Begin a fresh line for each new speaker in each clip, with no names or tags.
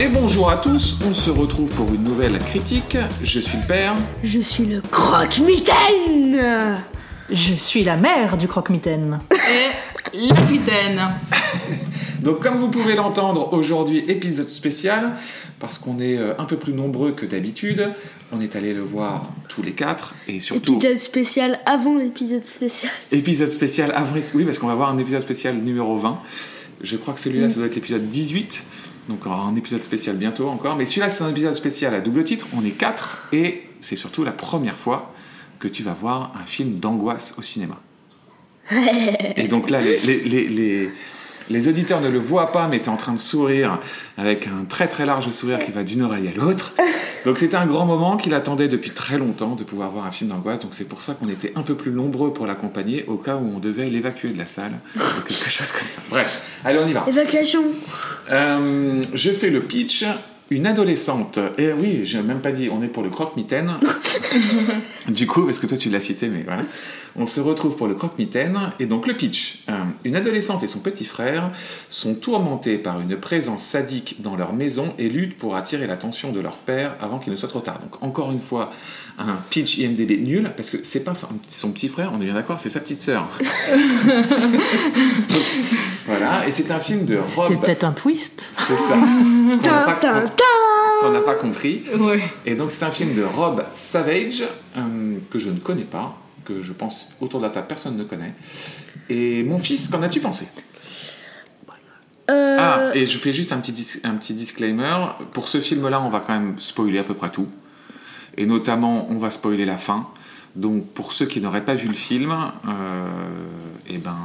Et bonjour à tous, on se retrouve pour une nouvelle critique. Je suis le père.
Je suis le croque-mitaine
Je suis la mère du croque-mitaine.
Et la mitaine.
Donc comme vous pouvez l'entendre, aujourd'hui épisode spécial, parce qu'on est euh, un peu plus nombreux que d'habitude. On est allé le voir tous les quatre et surtout
Épisode spécial avant l'épisode spécial.
épisode spécial avril. Oui, parce qu'on va voir un épisode spécial numéro 20. Je crois que celui-là, ça doit être l'épisode 18. Donc un épisode spécial bientôt encore. Mais celui-là, c'est un épisode spécial à double titre. On est quatre et c'est surtout la première fois que tu vas voir un film d'angoisse au cinéma. et donc là, les, les- les- les- les auditeurs ne le voient pas, mais tu es en train de sourire avec un très très large sourire qui va d'une oreille à l'autre. Donc c'était un grand moment qu'il attendait depuis très longtemps de pouvoir voir un film d'angoisse. Donc c'est pour ça qu'on était un peu plus nombreux pour l'accompagner au cas où on devait l'évacuer de la salle ou quelque chose comme ça. Bref, allez on y va.
Évacuation
Euh, je fais le pitch. Une adolescente, et oui, j'ai même pas dit, on est pour le croque-mitaine. du coup, parce que toi tu l'as cité, mais voilà. On se retrouve pour le croque-mitaine. Et donc le pitch. Euh, une adolescente et son petit frère sont tourmentés par une présence sadique dans leur maison et luttent pour attirer l'attention de leur père avant qu'il ne soit trop tard. Donc encore une fois, un pitch IMDB nul, parce que c'est pas son, son petit frère, on est bien d'accord, c'est sa petite sœur. voilà, et c'est un film de
C'était
Rob
peut-être un twist.
c'est ça. Qu'on n'a pas,
Tintin.
qu'on- qu'on n'a pas compris.
Ouais.
Et donc, c'est un film de Rob Savage euh, que je ne connais pas, que je pense autour de la table, personne ne connaît. Et mon fils, qu'en as-tu pensé
Euh,
Ah, et je fais juste un petit, dis- un petit disclaimer. Pour ce film-là, on va quand même spoiler à peu près tout. Et notamment, on va spoiler la fin. Donc, pour ceux qui n'auraient pas vu le film, euh, eh ben,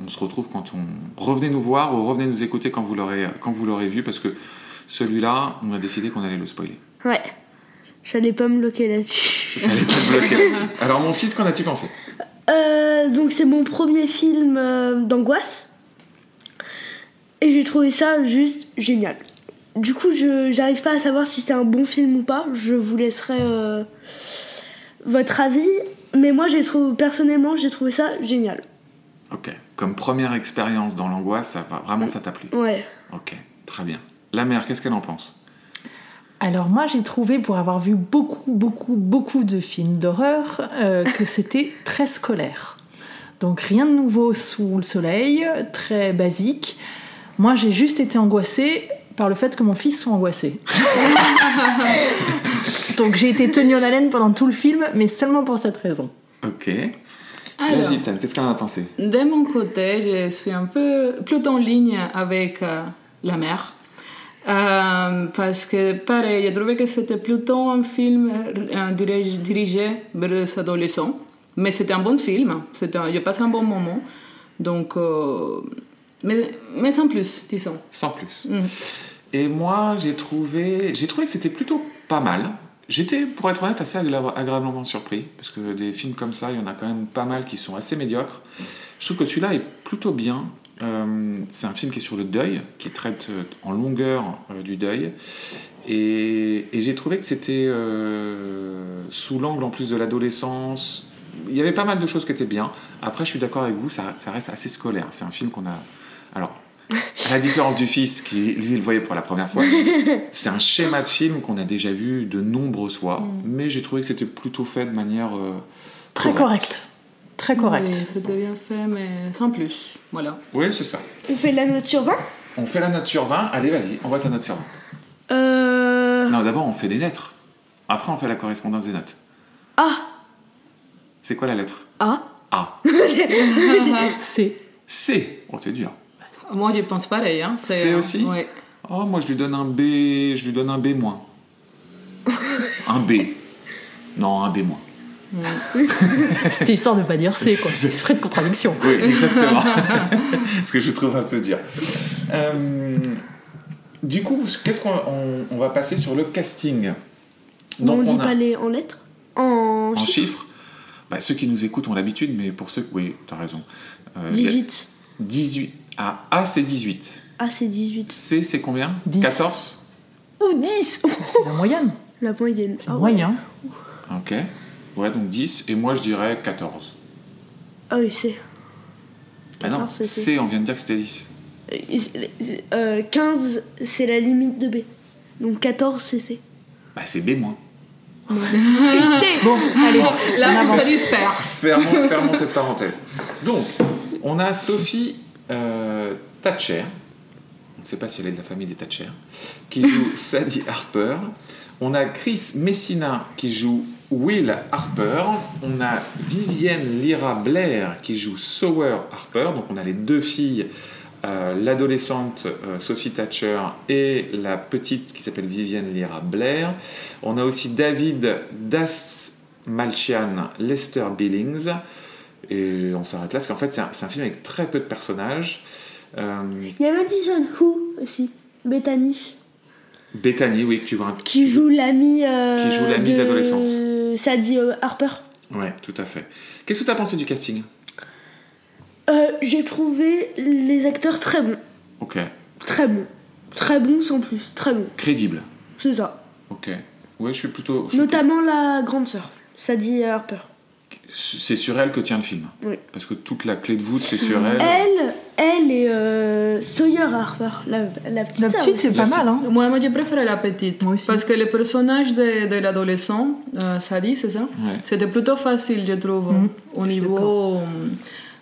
on se retrouve quand on. Revenez nous voir ou revenez nous écouter quand vous l'aurez, quand vous l'aurez vu, parce que celui-là, on a décidé qu'on allait le spoiler.
Ouais. J'allais pas me bloquer là-dessus.
T'allais te bloquer là-dessus. Alors, mon fils, qu'en as-tu pensé
Euh, donc c'est mon premier film euh, d'angoisse. Et j'ai trouvé ça juste génial. Du coup, je j'arrive pas à savoir si c'est un bon film ou pas. Je vous laisserai euh, votre avis. Mais moi, j'ai trouvé, personnellement, j'ai trouvé ça génial.
Ok. Comme première expérience dans l'angoisse, ça va vraiment, ça t'a plu.
Ouais.
Ok, très bien. La mère, qu'est-ce qu'elle en pense
Alors moi j'ai trouvé, pour avoir vu beaucoup, beaucoup, beaucoup de films d'horreur, euh, que c'était très scolaire. Donc rien de nouveau sous le soleil, très basique. Moi j'ai juste été angoissée par le fait que mon fils soit angoissé. Donc j'ai été tenue en haleine pendant tout le film, mais seulement pour cette raison.
Ok. La
Alors,
gitane, qu'est-ce qu'elle en a pensé
de mon côté, je suis un peu plutôt en ligne avec euh, la mère. Euh, parce que, pareil, j'ai trouvé que c'était plutôt un film euh, dirige- dirigé vers les adolescents. Mais c'était un bon film. C'était un- J'ai passé un bon moment. Donc, euh, mais, mais sans plus, disons.
Sans plus.
Mm.
Et moi, j'ai trouvé, j'ai trouvé que c'était plutôt pas mal. J'étais, pour être honnête, assez agla- agréablement surpris, parce que des films comme ça, il y en a quand même pas mal qui sont assez médiocres. Je trouve que celui-là est plutôt bien. Euh, c'est un film qui est sur le deuil, qui traite euh, en longueur euh, du deuil. Et, et j'ai trouvé que c'était euh, sous l'angle en plus de l'adolescence. Il y avait pas mal de choses qui étaient bien. Après, je suis d'accord avec vous, ça, ça reste assez scolaire. C'est un film qu'on a. Alors, à la différence du fils qui, lui, le voyait pour la première fois, c'est un schéma de film qu'on a déjà vu de nombreuses fois.
Mm.
Mais j'ai trouvé que c'était plutôt fait de manière. euh,
Très correct. Très correct.
Oui, c'était bien fait, mais sans plus. Voilà.
Oui, c'est ça.
On fait de la note sur 20
On fait la note sur 20. Allez, vas-y, envoie ta note sur 20.
Euh.
Non, d'abord, on fait les lettres. Après, on fait la correspondance des notes.
A.
C'est quoi la lettre
A.
A.
C'est
C. Oh, t'es dur.
Moi, je pense pareil. Hein.
C'est aussi
ouais.
Oh, moi, je lui donne un B. Je lui donne un B moins. un B. Non, un B moins.
C'était histoire de pas dire c'est quoi.
C'est ça.
C'est frais de contradiction.
Oui, exactement. ce que je trouve un peu dur. Euh, du coup, qu'est-ce qu'on on, on va passer sur le casting
Non, on,
Donc,
dit
a-
pas les en lettres En,
en
chiffres
chiffres. Bah, ceux qui nous écoutent ont l'habitude, mais pour ceux... Oui, t'as raison. Euh,
18.
18. Ah, A, c'est 18.
Ah, c'est 18.
C, c'est combien
Dix.
14
Ou 10
C'est la moyenne.
La moyenne.
C'est
Ah ouais.
moyen.
Ok. Ouais, donc 10. Et moi, je dirais 14.
Ah oui, c'est.
Bah non,
14, c'est-
C, on vient de dire que c'était 10.
euh, euh, 15, c'est la limite de B. Donc 14 CC.
Bah, c'est B-.
CC
Bon, allez,
Oh,
Là,
on
ça
avance.
disperse.
Fermons, fermons cette parenthèse. Donc, on a Sophie euh, Thatcher, on ne sait pas si elle est de la famille des Thatcher, qui joue Sadie Harper. On a Chris Messina qui joue Will Harper. On a Vivienne Lyra Blair qui joue Sower Harper. Donc, on a les deux filles. euh, l'adolescente euh, Sophie Thatcher et la petite qui s'appelle Vivienne Lyra Blair. On a aussi David Das Malchian, Lester Billings. Et on s'arrête là, parce qu'en fait, c'est un, c'est un film avec très peu de personnages. Euh,
Il y a Madison Who aussi, Bethany,
Bethany, oui, que tu vois un
qui joue l'ami euh,
Qui joue l'ami d'adolescence.
de Sadie euh, Harper.
Ouais, tout à fait. Qu'est-ce que tu as pensé du casting
Euh, J'ai trouvé les acteurs très bons.
Ok.
Très bons. Très bons sans plus. Très bons.
Crédible.
C'est ça.
Ok. Ouais, je suis plutôt. je suis
Notamment la grande sœur, Sadie euh, Harper.
plutôt- C'est sur elle que tient le film.
Oui. Mm.
Parce que toute la clé de voûte, c'est sur elle.
Elle, elle et euh, Sawyer Harper, la, la petite
La
sœur
petite,
aussi.
c'est pas mal, hein
Moi, moi, je préfère la petite.
Moi aussi.
Parce que le personnage de, de l'adolescent, euh, Sadie, c'est ça
Ouais.
C'était plutôt facile, je trouve,
Mhm.
au niveau euh,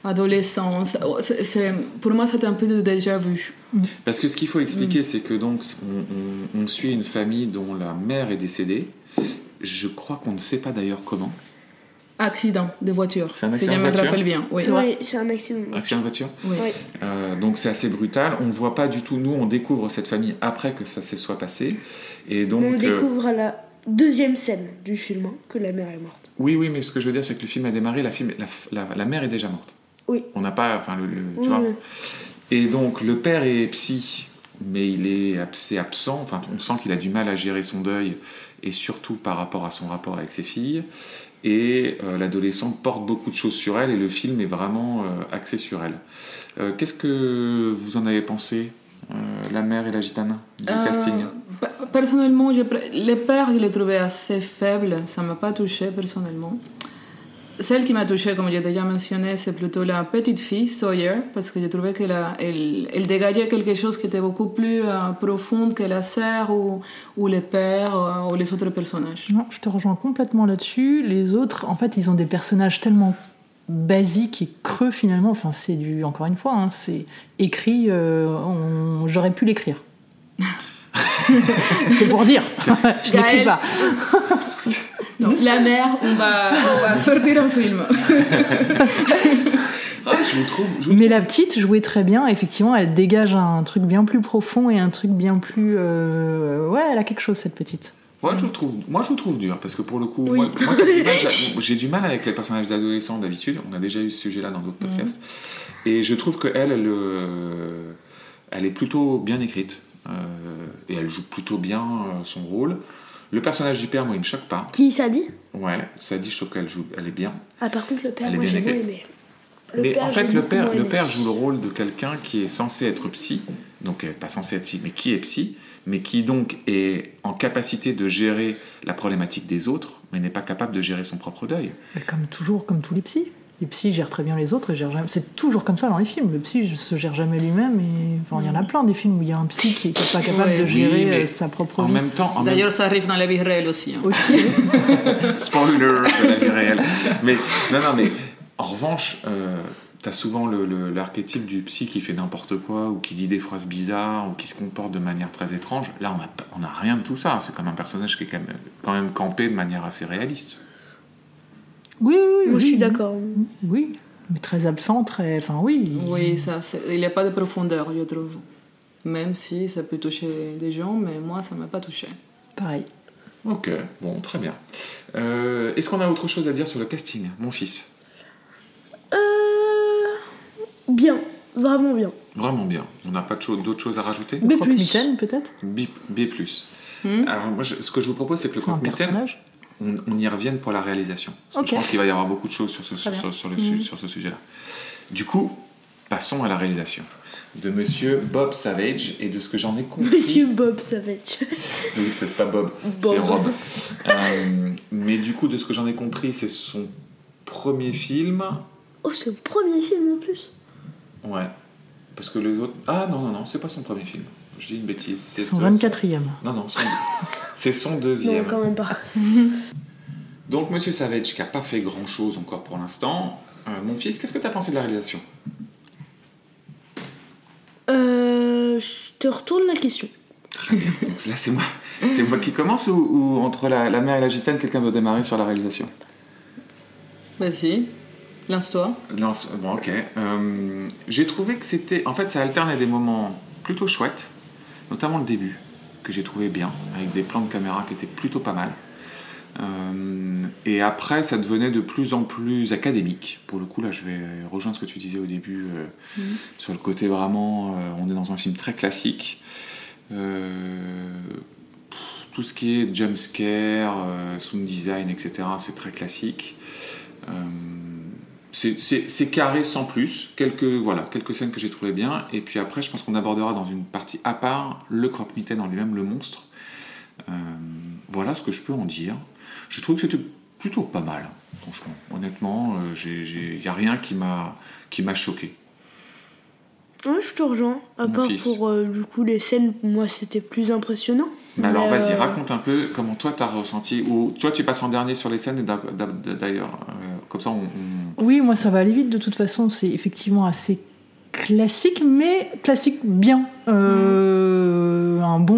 adolescence. C'est- c'est- pour moi, c'était un peu de déjà vu.
Parce que ce qu'il faut
Mm.
expliquer, c'est que donc on, on- on suit une famille dont la mère est décédée. Je crois qu'on ne sait pas d'ailleurs comment.
Accident de voiture,
C'est un
si
accident
je
de
me
voiture
rappelle bien. Oui.
Oui, c'est un accident.
Accident de voiture.
Oui.
Oui.
Euh, donc c'est assez brutal. On ne voit pas du tout. Nous, on découvre cette famille après que ça se soit passé. Et donc.
Mais on
euh,
découvre à la deuxième scène du film hein, que la mère est morte.
Oui, oui, mais ce que je veux dire, c'est que le film a démarré, la, film- la, la- la mère est déjà morte.
Oui.
On n'a pas. Enfin, le, le- tu
Oui,
vois.
oui.
Et donc, le père est psy, mais il est assez absent. Enfin, on sent qu'il a du mal à gérer son deuil, et surtout par rapport à son rapport avec ses filles. Et euh, l'adolescente porte beaucoup de choses sur elle, et le film est vraiment euh, axé sur elle. Euh, Qu'est-ce que vous en avez pensé, euh, la mère et la gitane, du
Euh,
casting
pe- Personnellement, je pr- les pères, je les trouvais assez faibles. Ça m'a pas touchée, personnellement. Celle qui m'a touchée, comme j'ai déjà mentionné, c'est plutôt la petite fille, Sawyer, parce que j'ai trouvé qu'elle a- elle, elle dégageait quelque chose qui était beaucoup plus euh, profond que la sœur ou, ou les pères euh, ou les autres personnages.
hein. Non, je te rejoins complètement là-dessus. Les autres, en fait, ils ont des personnages tellement basiques et creux finalement. Enfin, c'est du, encore une fois, hein, c'est écrit. euh, on- J'aurais pu l'écrire. c'est pour dire. je l'écris
Gaël.
pas.
Donc, la mère, on va, on va sortir un film.
Ah, Je vous trouve. je vous-
Mais la petite jouait très bien. Effectivement, elle dégage un truc bien plus profond et un truc bien plus. euh, Ouais, elle a quelque chose cette petite.
Moi je, le trouve, moi, je le trouve dur, parce que pour le coup,
Oui.
moi, moi, j'ai du mal- j'ai- j'ai du mal avec les personnages d'adolescents d'habitude. On a déjà eu ce sujet-là dans d'autres podcasts. Et je trouve qu'elle, elle, euh, elle est plutôt bien écrite. euh, et elle joue plutôt bien euh, son rôle. Le personnage du père, moi, il me choque pas.
Qui ça dit
Ouais, ça dit, je trouve qu'elle joue, elle est bien.
Ah, par contre, le père,
Elle est
moi
bien
j'ai beaucoup
accueillie.
aimé.
mais en
j'ai
fait, le
beaucoup
père,
moins
le
aimé.
père joue le rôle de quelqu'un qui est censé être psy, donc euh, pas censé être psy, mais qui est psy, mais qui donc est en capacité de gérer la problématique des autres, mais n'est pas capable de gérer son propre deuil.
Mais comme toujours, comme tous les psys. Les psys gèrent très bien les autres et gèrent jamais. C'est toujours comme ça dans les films. Le psy se gère jamais lui-même. Et... Enfin, il y en a
Mm.
plein des films où il y a un psy qui est pas capable
Ouais.
de
Oui,
gérer
mais
euh, sa propre
En
vie.
même temps, en même
D'ailleurs, ça arrive dans la vie réelle aussi. hein.
Aussi,
spoiler de la vie réelle. Mais non, non, mais en revanche, euh, t'as souvent le- le- l'archétype du psy qui fait n'importe quoi ou qui dit des phrases bizarres ou qui se comporte de manière très étrange. Là, on a, p- on a rien de tout ça. C'est comme un personnage qui est quand même, quand même campé de manière assez réaliste.
Oui, oui, oui.
Moi je
oui.
suis d'accord.
Oui, mais très absent, très. Enfin, oui.
Oui, ça, c'est- il n'y a pas de profondeur, je trouve. Même si ça peut toucher des gens, mais moi, ça ne m'a pas touché.
Pareil.
Ok, bon, très bien. Euh, Est-ce qu'on a autre chose à dire sur le casting, mon fils
Euh, Bien, vraiment bien.
Vraiment bien. On n'a pas de cho- d'autres choses à rajouter
B+.
Croque-mitaine, peut-être
B, B+.
Hmm.
Alors, moi, je- ce que je vous propose, c'est que le
C'est un
croque-mitaine,
personnage.
on, on y revienne pour la réalisation. Parce que
Ok.
Je pense qu'il va y avoir beaucoup de choses sur ce,
Très
sur,
bien.
sur- sur le su- sur ce sujet-là. Du coup, passons à la réalisation de Monsieur Bob Savage et de ce que j'en ai compris.
Monsieur Bob Savage.
Oui, c'est c'est pas Bob,
Bob.
c'est Rob. Euh, mais du coup, de ce que j'en ai compris, c'est son premier film.
Oh, c'est le premier film en plus.
Ouais. Parce que les autres. Ah non, non, non, c'est pas son premier film. Je dis une bêtise. C'est
Son 24e.
Non, non, son- c'est son deuxième.
Non, quand même pas.
Donc, Monsieur Savage, qui n'a pas fait grand-chose encore pour l'instant, euh, mon fils, qu'est-ce que tu as pensé de la réalisation
Euh, je te retourne la question.
Donc Là, c'est moi. C'est moi qui commence ou, ou entre la, la mère et la gitane, quelqu'un doit démarrer sur la réalisation
Vas-y, lance-toi.
Non, c'est- bon, ok. Euh, j'ai trouvé que c'était. En fait, ça alternait des moments plutôt chouettes, notamment le début, que j'ai trouvé bien, avec des plans de caméra qui étaient plutôt pas mal. Euh, et après, ça devenait de plus en plus académique. Pour le coup, là, je vais rejoindre ce que tu disais au début euh, sur le côté vraiment. euh, on est dans un film très classique. Euh, pff, tout ce qui est jumpscare, euh, sound design, etc., c'est très classique. Euh, c'est- C'est c'est carré sans plus, quelques, voilà, quelques scènes que j'ai trouvées bien, et puis après je pense qu'on abordera dans une partie à part le croque-mitaine en lui-même, le monstre. Euh, voilà ce que je peux en dire. Je trouve que c'était plutôt pas mal, franchement. Honnêtement, euh, il n'y a rien qui m'a qui m'a choqué.
Ouais, je te rejoins. À
Mon
part
fils.
pour euh, du coup les scènes, moi c'était plus impressionnant.
Mais alors
Mais,
vas-y,
euh,
raconte un peu comment toi t'as ressenti, ou toi tu passes en dernier sur les scènes, et d'a- d'a- d'ailleurs, euh, comme ça on... on-
Oui, moi ça va aller vite. De toute façon, c'est effectivement assez classique, mais classique bien. Euh, Un bon,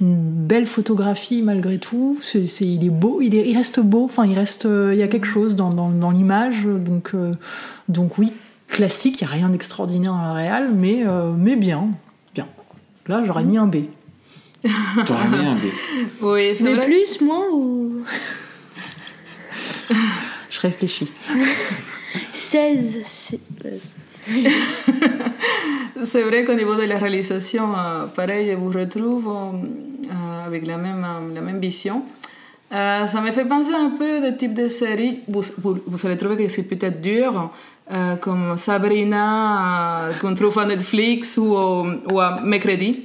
une belle photographie malgré tout. C'est, c'est- il est beau, il, est- il reste beau. Enfin, il reste, euh, il y a quelque chose dans, dans- dans l'image. Donc, euh, donc oui, classique. Il n'y a rien d'extraordinaire dans la réal, mais euh, mais bien, bien. Là, j'aurais mis un B.
T'aurais mis un B.
Oui, c'est
Mais
vrai.
plus, moi ou.
Je réfléchis.
16, c'est. euh,
C'est vrai qu'au niveau de la réalisation, euh, pareil, je vous retrouve euh, euh, avec la même, euh, la même vision. Euh, ça me fait penser un peu de type de série. Vous, vous- vous allez trouver que c'est peut-être dur, euh, comme Sabrina, euh, qu'on trouve à Netflix ou, au- ou à Mercredi.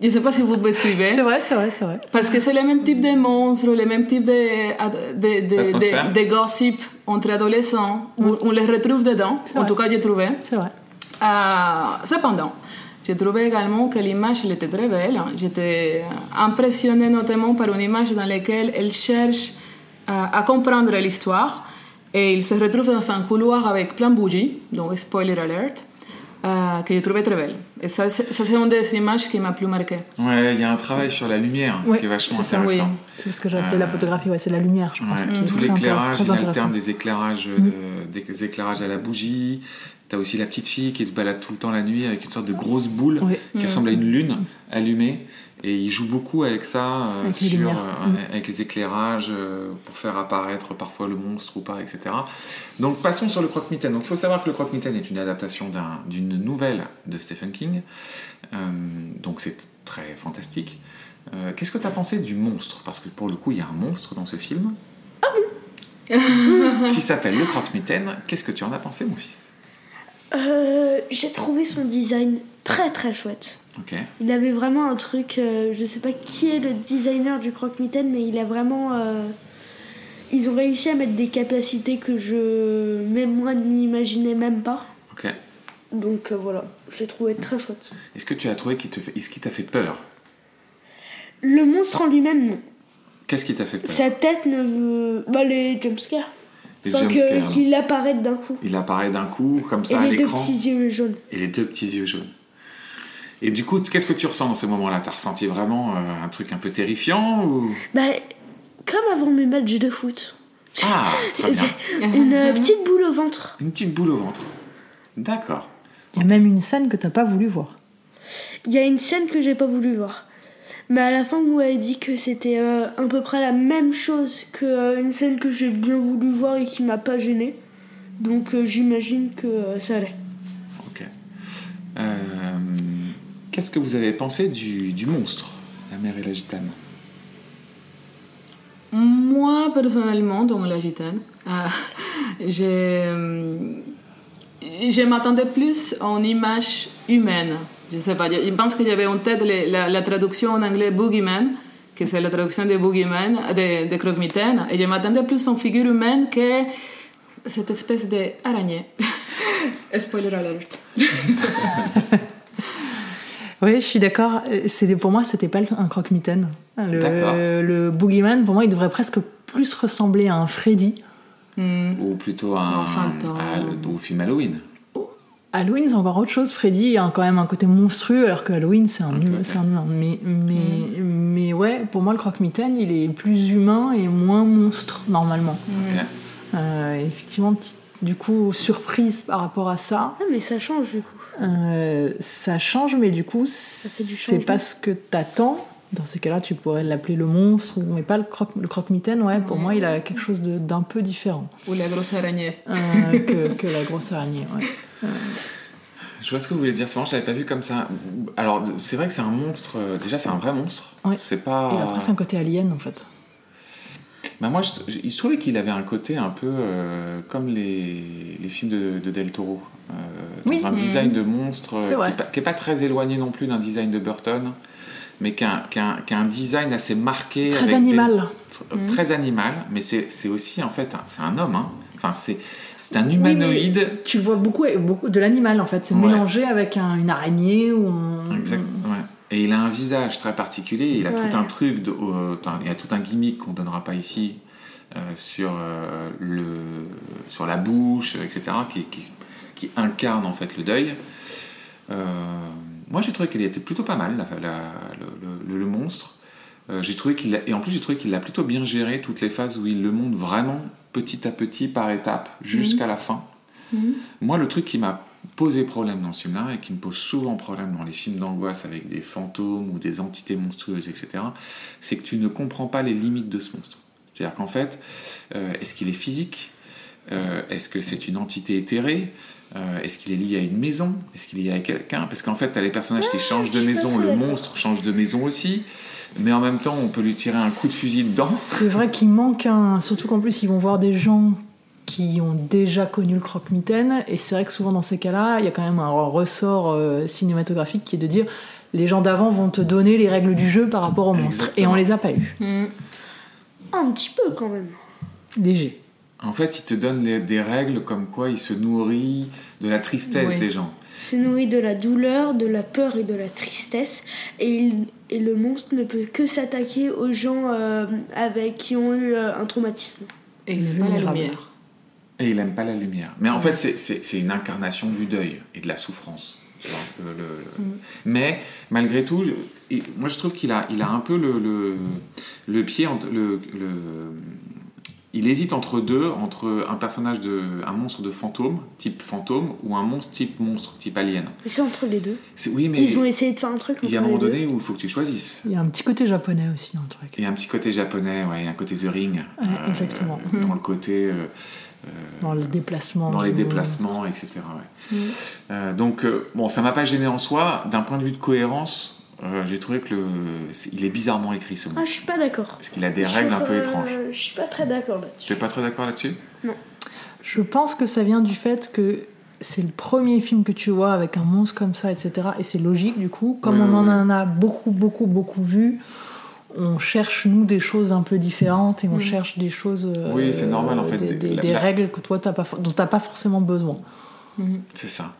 Je ne sais pas si vous me suivez.
C'est vrai, c'est vrai, c'est vrai.
Parce que c'est le même type de monstres, le même type de, de, de,
D'atmosphère.
de, de gossip entre adolescents. On- On les retrouve dedans, en
vrai.
tout cas j'ai trouvé.
Mm. C'est vrai.
Euh, cependant, j'ai trouvé également que l'image elle était très belle. hein. J'étais euh, impressionnée notamment par une image dans laquelle elle cherche euh, à comprendre l'histoire et il se retrouve dans un couloir avec plein de bougies, donc spoiler alert, euh, que j'ai trouvé très belle. Et ça, c'est ça, c'est une des images qui m'a plus marquée.
Ouais, il y a un travail sur la lumière
Ouais,
qui est vachement
c'est ça,
intéressant.
oui.
C'est ce que j'appelais
Euh,
la photographie, ouais, c'est la lumière, je pense.
Ouais,
qui est
Tout
très
l'éclairage,
intéressant, Mm.
il
très
alterne
intéressant.
des éclairages, euh, des éclairages à la bougie. T'as aussi la petite fille qui se balade tout le temps la nuit avec une sorte de grosse boule
Oui.
qui ressemble à une lune allumée. Et il joue beaucoup avec ça, euh,
Avec les
sur,
lumières.
euh, avec les éclairages, euh, pour faire apparaître parfois le monstre ou pas, etc. Donc passons sur le croque-mitaine. Donc il faut savoir que le croque-mitaine est une adaptation d'un- d'une nouvelle de Stephen King. Euh, donc c'est très fantastique. Euh, Qu'est-ce que tu as pensé du monstre Parce que pour le coup, il y a un monstre dans ce film.
Ah
qui s'appelle le croque-mitaine. Qu'est-ce que tu en as pensé, mon fils
euh, J'ai trouvé son design très très chouette.
Ok.
Il avait vraiment un truc. euh, je sais pas qui est le designer du croque-mitaine, mais il a vraiment. euh, ils ont réussi à mettre des capacités que je. Même moi n'imaginais même pas.
Ok.
Donc euh, voilà, je l'ai trouvé très chouette.
Est-ce que tu as trouvé qui te fait, est-ce qui t'a fait peur
Le monstre en lui-même, non.
Qu'est-ce qui t'a fait peur
Sa tête ne me. Bah, les jumpscares.
Les
Enfin, que-
jumpscares, non
qu'il apparaît d'un coup.
Il apparaît d'un coup, comme ça, à
Et les deux
l'écran,
petits yeux jaunes.
et les deux petits yeux jaunes. Et du coup, qu'est-ce que tu ressens dans ces moments-là T'as ressenti vraiment euh, un truc un peu terrifiant ou
Bah, comme avant mes matchs de foot.
Ah, très bien.
Une
ah,
euh, petite boule au ventre.
Une petite boule au ventre. D'accord.
Il y a même une scène que t'as pas voulu voir.
Il y a une scène que j'ai pas voulu voir. Mais à la fin, où elle dit que c'était euh, à peu près la même chose que euh, une scène que j'ai bien voulu voir et qui m'a pas gênée. Donc euh, j'imagine que euh, ça allait.
Ok. Euh, qu'est-ce que vous avez pensé du, du monstre, la mère et la gitane
Moi, personnellement, donc la gitane, euh, j'ai, euh, je m'attendais plus en image humaine. Je sais pas, je je pense que j'avais en tête les- la, la traduction en anglais boogeyman, que c'est la traduction de boogeyman, de, de croque-mitaine, et je m'attendais plus en figure humaine que cette espèce d'araignée. Spoiler alert.
Oui, je suis d'accord. Euh, c'était- Pour moi, c'était pas un croque-mitaine.
D'accord.
Le, le boogeyman, pour moi, il devrait presque plus ressembler à un Freddy.
Hmm.
Ou plutôt un,
Fantôme.
à- au film Halloween.
Halloween, c'est encore autre chose. Freddy a quand même un côté monstrueux, alors que Halloween, c'est un, hum-
Ok.
c'est un humain. Mais, mais, mais ouais, pour moi, le croque-mitaine, il est plus humain et moins monstre, normalement.
Ok.
Euh, effectivement, petit- du coup, surprise par rapport à ça.
Ah, mais ça change du coup.
Euh, ça change, mais du coup,
fait du
c'est
changement.
pas ce que t'attends. Dans ces cas-là, tu pourrais l'appeler le monstre, ou- mais pas le croque- le croque-mitaine. ouais, pour
Ouais.
moi, il a quelque chose de- d'un peu différent
Ou la grosse araignée.
euh, que, que la grosse araignée. ouais.
Je vois ce que vous voulez dire, c'est marrant, je l'avais pas vu comme ça. Alors, c'est vrai que c'est un monstre, euh, déjà c'est un vrai monstre.
Ouais.
C'est pas.
Et après, c'est un côté alien, en fait.
Bah, moi, je- je- il se trouvait qu'il avait un côté un peu euh, comme les, les films de, de Del Toro. Euh, dans
Oui. Mm.
un
Mhm.
design de monstre euh,
C'est
qui
vrai.
est pas- qui n'est pas, très éloigné non plus d'un design de Burton, mais qui a, un- qui a un- qui a un design assez marqué.
Très
avec des-
animal. Mm.
tr- euh, Très animal, mais c'est c'est aussi en fait, un- c'est un homme. hein. Enfin, c'est c'est un humanoïde.
Tu vois beaucoup, beaucoup de l'animal, en fait. C'est
Ouais.
mélangé avec un- une araignée ou un.
Exact, ouais. Et il a un visage très particulier, il a
Ouais.
tout un truc, de- euh, t'as- il a tout un gimmick qu'on donnera pas ici euh, sur, euh, le, sur la bouche, euh, etc., qui, qui, qui incarne en fait le deuil. Euh, moi j'ai trouvé qu'elle était plutôt pas mal, la- la- le, le- le monstre. Euh, j'ai trouvé qu'il a- et en plus j'ai trouvé qu'il a plutôt bien géré toutes les phases où il le montre vraiment petit à petit, par étape, jusqu'à la fin. Moi, le truc qui m'a posé problème dans ce film-là et qui me pose souvent problème dans les films d'angoisse avec des fantômes ou des entités monstrueuses, etc., c'est que tu ne comprends pas les limites de ce monstre. C'est-à-dire qu'en fait, euh, est-ce qu'il est physique Euh, Est-ce que c'est une entité éthérée Euh, Est-ce qu'il est lié à une maison Est-ce qu'il est lié à quelqu'un Parce qu'en fait, tu as les personnages qui changent de
Ah, suis
maison,
pas
le
d'accord.
monstre change de maison aussi, mais en même temps, on peut lui tirer un coup de fusil dedans.
C'est vrai qu'il manque un. Surtout qu'en plus, ils vont voir des gens qui ont déjà connu le croque-mitaine. Et c'est vrai que souvent, dans ces cas-là, il y a quand même un ressort euh, cinématographique qui est de dire les gens d'avant vont te donner les règles du jeu par rapport au monstre.
Exactement.
Et on les a pas eues.
Hmm.
Un petit peu quand même.
Léger.
En fait, il te donne les- des règles comme quoi il se nourrit de la tristesse
Oui.
des gens.
se nourrit de la douleur, de la peur et de la tristesse. Et, il- et le monstre ne peut que s'attaquer aux gens euh, avec qui ont eu euh, un traumatisme.
Et il n'est pas la
Vulnérable.
lumière.
Et il n'aime pas la lumière. Mais en fait, c'est- c'est c'est une incarnation du deuil et de la souffrance. tu vois, le- le- le-
Mm.
Mais malgré tout, je- il- moi je trouve qu'il a, il a un peu le, le, le pied. entre- le, le- il hésite entre deux, entre un personnage de. un monstre de fantôme, type fantôme, ou un monstre type monstre, type alien.
Mais c'est entre les deux.
C'est- Oui, mais
Ils ont essayé de faire un truc.
il y a un
entre
moment
les deux.
donné où il faut que tu choisisses.
Il y a un petit côté japonais aussi dans le truc.
Il y a un petit côté japonais, ouais, il y a un côté The Ring.
Ah.
Ouais, exactement.
Dans le côté. euh,
Dans le déplacement.
dans les
Mmh.
du-
déplacements, etc. ouais. Euh, donc, euh, bon, ça m'a pas gêné en soi. D'un point de vue de cohérence, euh, j'ai trouvé que le, c'est- il est bizarrement écrit ce
Ah,
monstre.
je suis pas d'accord.
Parce qu'il a des
Je
règles un
suis,
peu
euh,
étranges.
Je suis pas très d'accord
Tu
là-dessus.
es pas trop d'accord là-dessus
Je pense que ça vient du fait que c'est le premier film que tu vois avec un monstre comme ça, etc. Et c'est logique du coup. Comme
Ouais,
on en
ouais,
en a beaucoup, beaucoup, beaucoup vu, on cherche nous des choses un peu différentes et on cherche des choses. euh,
Oui, c'est normal, en fait.
Des, des-
La-
des
la-
règles que toi, t'as pas, for- dont t'as pas forcément besoin.
C'est ça.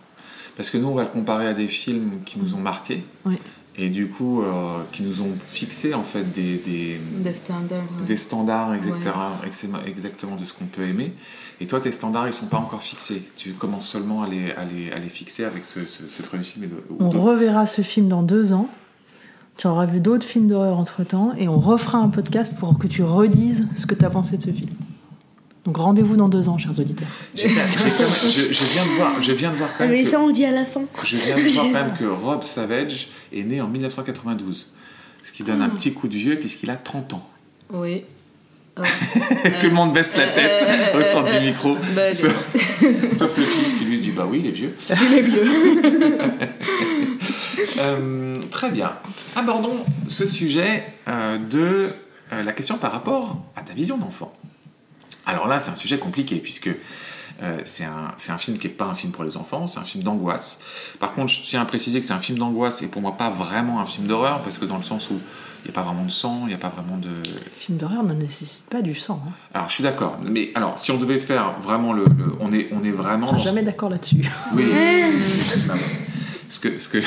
Parce que nous, on va le comparer à des films qui nous ont marqués.
Oui.
Et du coup, euh, qui nous ont fixé, en fait, des- des,
Mmh.
Des standards. ouais.
des standards etc., exactement- exactement de ce qu'on peut aimer. Et toi, tes standards, ils sont pas encore fixés. Tu commences seulement à les, à les, à les fixer avec ce, ce, ce premier film. et le- ou
On
d'autres.
reverra ce film dans deux ans. Tu auras vu d'autres films d'horreur entre temps et on refera un podcast pour que tu redises ce que t'as pensé de ce film. Donc rendez-vous dans deux ans, chers auditeurs.
J'ai- j'ai quand même- je, je viens de voir, je viens de voir quand
Ah,
même
mais
que,
ça, on dit à la fin.
je viens de voir quand même que Rob Savage est né en 1992. Ce qui
Ah.
donne un petit coup de vieux puisqu'il a 30 ans.
Oui. Euh,
Tout le monde baisse la
euh,
tête
euh,
autour
euh,
du micro,
bah,
sauf, sauf le fils qui lui dit bah oui il est vieux.
il est vieux.
Euh, très bien. Abordons ce sujet euh, de euh, la question par rapport à ta vision d'enfant. Alors là, c'est un sujet compliqué puisque Euh, c'est un, c'est un film qui n'est pas un film pour les enfants, c'est un film d'angoisse. Par contre, je tiens à préciser que c'est un film d'angoisse et pour moi pas vraiment un film d'horreur, parce que dans le sens où il n'y a pas vraiment de sang, il n'y a pas vraiment de...
Le film d'horreur ne nécessite pas du sang. hein.
Alors, je suis d'accord, mais alors, si on devait faire vraiment le... le- on, est, on est
On
vraiment...
sera
dans-
jamais d'accord là-dessus.
Oui. Non, mais ce, que, ce, que,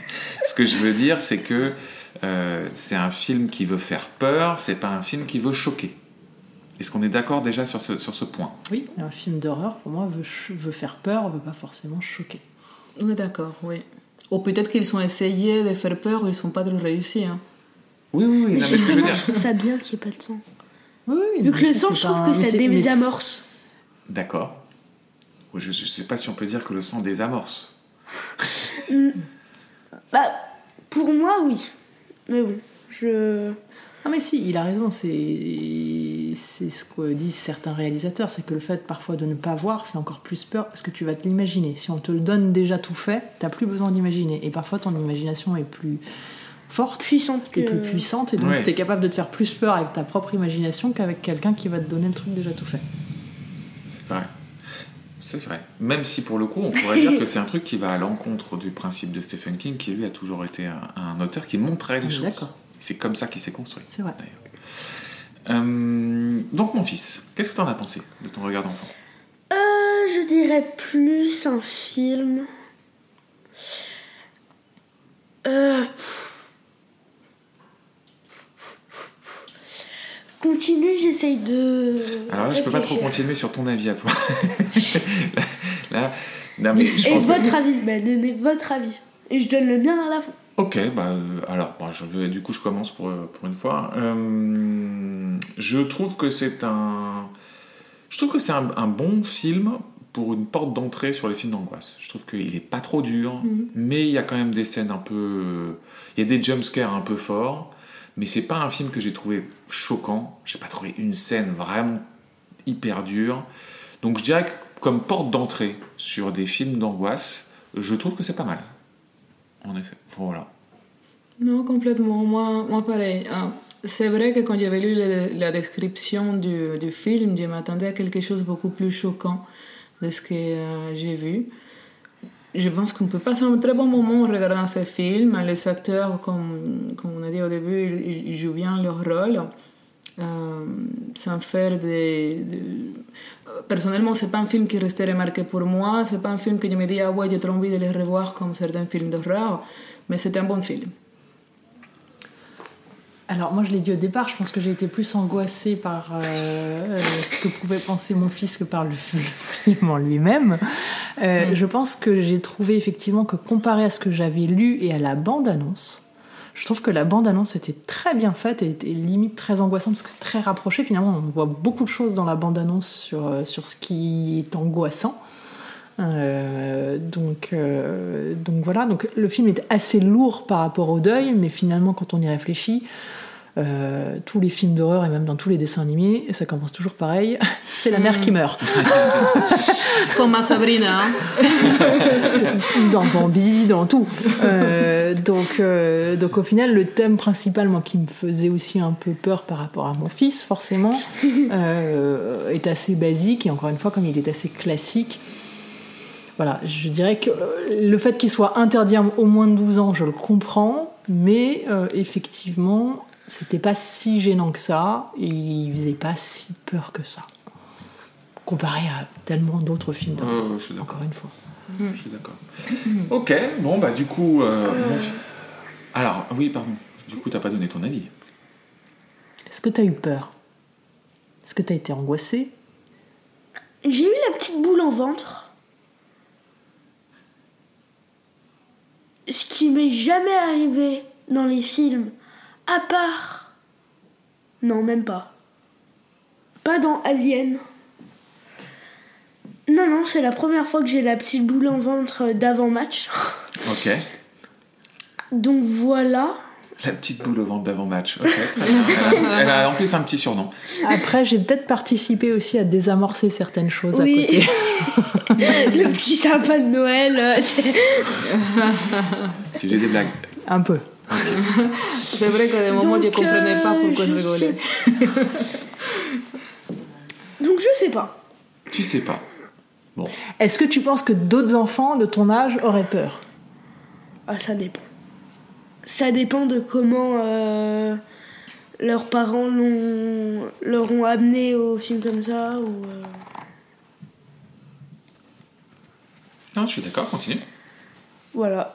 ce que je veux dire, c'est que euh, c'est un film qui veut faire peur, c'est pas un film qui veut choquer. Est-ce qu'on est d'accord déjà sur ce, sur ce point
Oui, un film d'horreur, pour moi, veut, ch- veut faire peur, veut pas forcément choquer.
Oui, d'accord, oui. Ou peut-être qu'ils ont essayé de faire peur, ils sont pas trop réussis. hein.
Oui, oui, oui. non,
Mais
mais ce que je veux
justement,
dire.
je trouve ça bien qu'il n'y ait pas de sang.
Oui, oui,
Vu
mais
que le
ça,
sang,
c'est
je
pas
trouve
un-
que
mais
ça
c'est- mais
désamorce.
D'accord. Je ne sais pas si on peut dire que le sang désamorce.
Bah, pour moi, oui. Mais bon, je.
Ah mais si, il a raison, c'est c'est ce que disent certains réalisateurs, c'est que le fait parfois de ne pas voir fait encore plus peur parce que tu vas te l'imaginer. Si on te le donne déjà tout fait, t'as plus besoin d'imaginer. Et parfois ton imagination est plus forte
Puissante que.
et plus puissante et donc
Ouais.
t'es capable de te faire plus peur avec ta propre imagination qu'avec quelqu'un qui va te donner le truc déjà tout fait.
C'est vrai. C'est vrai. Même si pour le coup, on pourrait dire que c'est un truc qui va à l'encontre du principe de Stephen King, qui lui a toujours été un, un auteur qui montrait les
On est
choses.
d'accord.
C'est comme ça qu'il s'est construit.
C'est vrai.
d'ailleurs. Euh, donc mon fils, qu'est-ce que t'en as pensé de ton regard d'enfant
Euh, je dirais plus un film. Euh, pff. Continue, j'essaye de.
Alors là, je peux pas trop
réfléchir.
continuer sur ton avis à toi. là, non, mais je
Et
pense que-
votre avis, bah, donnez votre avis. Et je donne le mien à la fin.
Ok, bah euh, alors bah, je vais, du coup je commence pour, euh, pour une fois. Euh, je trouve que c'est un, je trouve que c'est un, un bon film pour une porte d'entrée sur les films d'angoisse. Je trouve qu'il est pas trop dur, mais il y a quand même des scènes un peu, euh, il y a des jumpscares un peu forts, mais c'est pas un film que j'ai trouvé choquant. J'ai pas trouvé une scène vraiment hyper dure. Donc je dirais que comme porte d'entrée sur des films d'angoisse, je trouve que c'est pas mal. En effet, voilà.
Non, complètement. Moi, moi pareil. Ah, c'est vrai que quand j'avais lu la, la description du, du film, je m'attendais à quelque chose de beaucoup plus choquant de ce que euh, j'ai vu. Je pense qu'on peut passer un très bon moment en regardant ce film. Les acteurs, comme, comme on a dit au début, ils, ils- ils jouent bien leur rôle. euh, sans faire des, des- Personnellement, c'est pas un film qui restait remarqué pour moi. C'est pas un film que je me dis, ah ouais, j'ai trop envie de le revoir comme certains films d'horreur. Mais c'était un bon film.
Alors moi je l'ai dit au départ, je pense que j'ai été plus angoissée par euh, euh, ce que pouvait penser mon fils que par le film en lui-même. Euh, Je pense que j'ai trouvé effectivement que comparé à ce que j'avais lu et à la bande-annonce, je trouve que la bande-annonce était très bien faite et était limite très angoissante parce que c'est très rapproché. Finalement, on voit beaucoup de choses dans la bande-annonce sur, euh, sur ce qui est angoissant. Euh, donc, euh, donc voilà, donc le film est assez lourd par rapport au deuil, mais finalement, quand on y réfléchit, euh, tous les films d'horreur et même dans tous les dessins animés, ça commence toujours pareil c'est la mère qui meurt.
Comme à Sabrina. hein.
dans Bambi, dans tout. Euh, donc, euh, donc au final, le thème principal, moi, qui me faisait aussi un peu peur par rapport à mon fils, forcément, euh, est assez basique. Et encore une fois, comme il est assez classique, voilà, je dirais que euh, le fait qu'il soit interdit à- au moins de 12 ans, je le comprends, mais euh, effectivement, c'était pas si gênant que ça, et il faisait pas si peur que ça. Comparé à tellement d'autres films, d'horreur,
Euh, je suis d'accord.
encore une fois.
Je suis d'accord. ok, bon, bah du coup. euh, mon fi- Alors, oui, pardon. Du coup, t'as pas donné ton avis.
Est-ce que t'as eu peur Est-ce que t'as été angoissée
J'ai eu la petite boule en ventre. Ce qui m'est jamais arrivé dans les films, à part. Non, même pas. Pas dans Alien. Non, non, c'est la première fois que j'ai la petite boule en ventre d'avant-match.
Ok.
Donc voilà.
La petite boule au ventre d'avant-match. Ok, très bien. Elle a- Elle a en plus un petit surnom.
Après, j'ai peut-être participé aussi à désamorcer certaines choses à
Oui.
côté.
le petit sapin de Noël. euh, c'est-
Tu faisais des blagues.
Un peu.
C'est vrai que des moments, je ne
Donc,
comprenais pas
euh,
pourquoi je
je
rigolais.
Donc je sais pas.
Tu sais pas. Bon.
Est-ce que tu penses que d'autres enfants de ton âge auraient peur
Ah, ça dépend. Ça dépend de comment euh, leurs parents l'ont, leur ont amené au film comme ça. Ou, euh,
Non, je suis d'accord, continue.
voilà.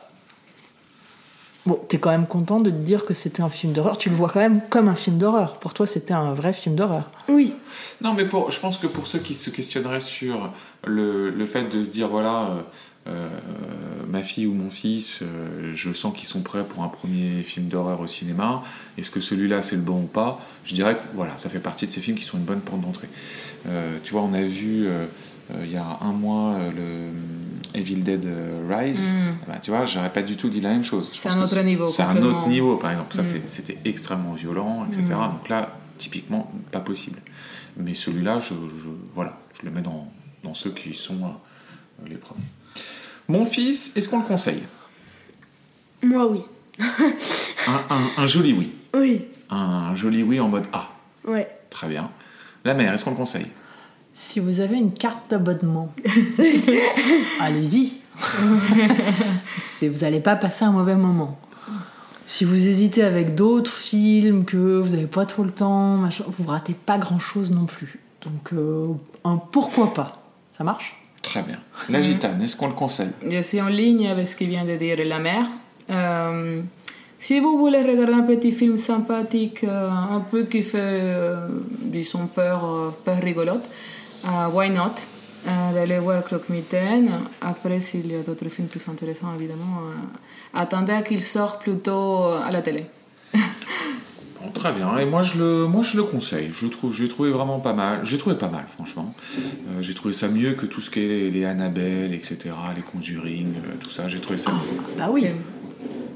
Bon, t'es quand même content de te dire que c'était un film d'horreur. Tu le vois quand même comme un film d'horreur. Pour toi, c'était un vrai film d'horreur.
Oui,
Non, mais pour, je pense que pour ceux qui se questionneraient sur le, le fait de se dire, voilà, euh, euh, ma fille ou mon fils, euh, je sens qu'ils sont prêts pour un premier film d'horreur au cinéma, est-ce que celui-là c'est le bon ou pas Je dirais que voilà, ça fait partie de ces films qui sont une bonne porte d'entrée. Euh, tu vois, on a vu euh, euh, il y a un mois euh, le Evil Dead euh, Rise.
Mm.
Bah, tu vois, j'aurais pas du tout dit la même chose. Je
C'est
pense
un
que
autre niveau,
C'est un
complètement.
autre niveau, par exemple. Ça,
Mm.
c'est- c'était extrêmement violent, etc.
Mm.
Donc là, typiquement, pas possible. Mais celui-là, je, je- voilà, je le mets dans, dans ceux qui sont euh, les premiers. Mon fils, est-ce qu'on le conseille
moi oui.
un, un- un joli oui.
Oui,
Un joli oui en mode Ah,
ouais.
très bien. La mère, est-ce qu'on le conseille
Si vous avez une carte d'abonnement, allez-y. C'est- vous n'allez pas passer un mauvais moment. Si vous hésitez avec d'autres films, que vous n'avez pas trop le temps, machin, vous ratez pas grand-chose non plus. Donc, euh, un pourquoi pas. Ça marche
Très bien.
Mm.
La gitane, est-ce qu'on le conseille
Je suis en ligne avec ce que vient de dire la mère. Euh, si vous voulez regarder un petit film sympathique, euh, un peu qui fait, euh, disons, peur, euh, peur rigolote, euh, why not Euh, D'aller voir Croque-Mitaine. Après, s'il y a d'autres films plus intéressants, évidemment, euh, attendez à qu'il sorte plutôt euh, à la télé.
Bon, très bien. Et moi, je le, moi, je le conseille. Je trouve, j'ai trouvé vraiment pas mal. J'ai trouvé pas mal, franchement. Euh, j'ai trouvé ça mieux que tout ce qui est les, les Annabelle, etc., les Conjuring, euh, tout ça. J'ai trouvé ça. mieux.
Bah oui.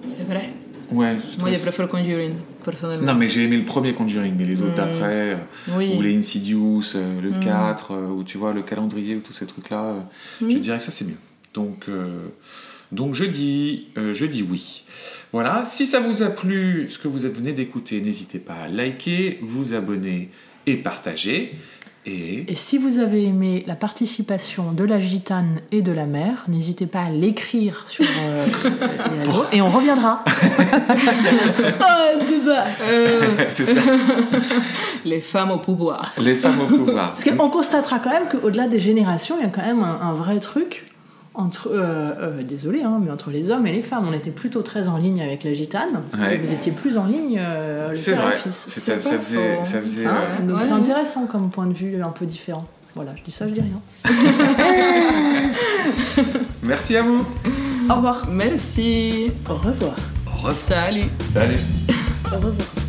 C'est vrai.
Ouais. j'ai
Moi,
trouvé
je
ça-
préfère Conjuring, personnellement.
Non, mais j'ai aimé le premier Conjuring, mais les autres d'après, euh,
Mm. Oui. Mm.
ou les Insidious, euh, le 4, euh, ou tu vois, le calendrier, ou tous ces trucs-là, euh, je dirais que ça c'est mieux. Donc, euh, donc je, dis, euh, je dis oui. Voilà, si ça vous a plu ce que vous venez d'écouter, n'hésitez pas à liker, vous abonner et partager. Et
Et si vous avez aimé la participation de la gitane et de la mère, n'hésitez pas à l'écrire sur euh, les réseaux et on reviendra.
Oh, débat
Euh,
c'est ça,
les femmes au pouvoir.
les femmes au pouvoir.
Parce qu'on constatera quand même qu'au-delà des générations, il y a quand même un, un vrai truc entre, euh, euh, désolé, hein, mais entre les hommes et les femmes. On était plutôt très en ligne avec la gitane,
Ouais.
et vous étiez plus en ligne euh, le
C'est
père et
vrai,
le fils.
C'était-
Ah, C'est
ça
pas
faisait,
faux. Ah
ça faisait,
Hein
euh,
Donc
Ouais.
c'est intéressant comme point de vue un peu différent. Voilà, je dis ça, je dis rien.
Merci à vous.
Merci.
Au revoir.
Au revoir.
Salut.
Salut.
Au revoir.